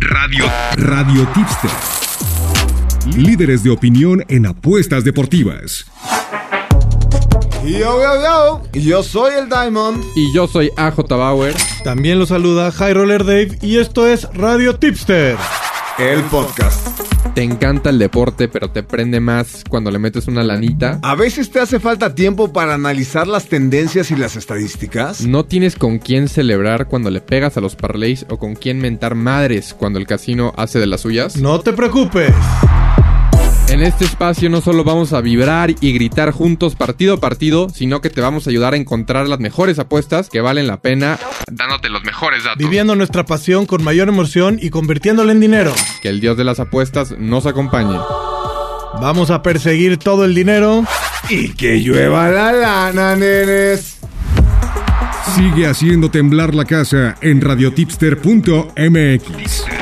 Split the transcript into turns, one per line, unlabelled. Radio. Radio Tipster. Líderes de opinión en apuestas deportivas.
Yo, yo, yo, yo soy el Diamond.
Y yo soy AJ Bauer.
También lo saluda High Roller Dave y esto es Radio Tipster.
El podcast.
Te encanta el deporte, pero te prende más cuando le metes una lanita.
¿A veces te hace falta tiempo para analizar las tendencias y las estadísticas?
No tienes con quién celebrar cuando le pegas a los parlays o con quién mentar madres cuando el casino hace de las suyas.
No te preocupes.
En este espacio no solo vamos a vibrar y gritar juntos partido a partido, sino que te vamos a ayudar a encontrar las mejores apuestas que valen la pena, dándote los mejores datos.
Viviendo nuestra pasión con mayor emoción y convirtiéndola en dinero.
Que el dios de las apuestas nos acompañe.
Vamos a perseguir todo el dinero.
Y que llueva la lana, nenes.
Sigue haciendo temblar la casa en radiotipster.mx.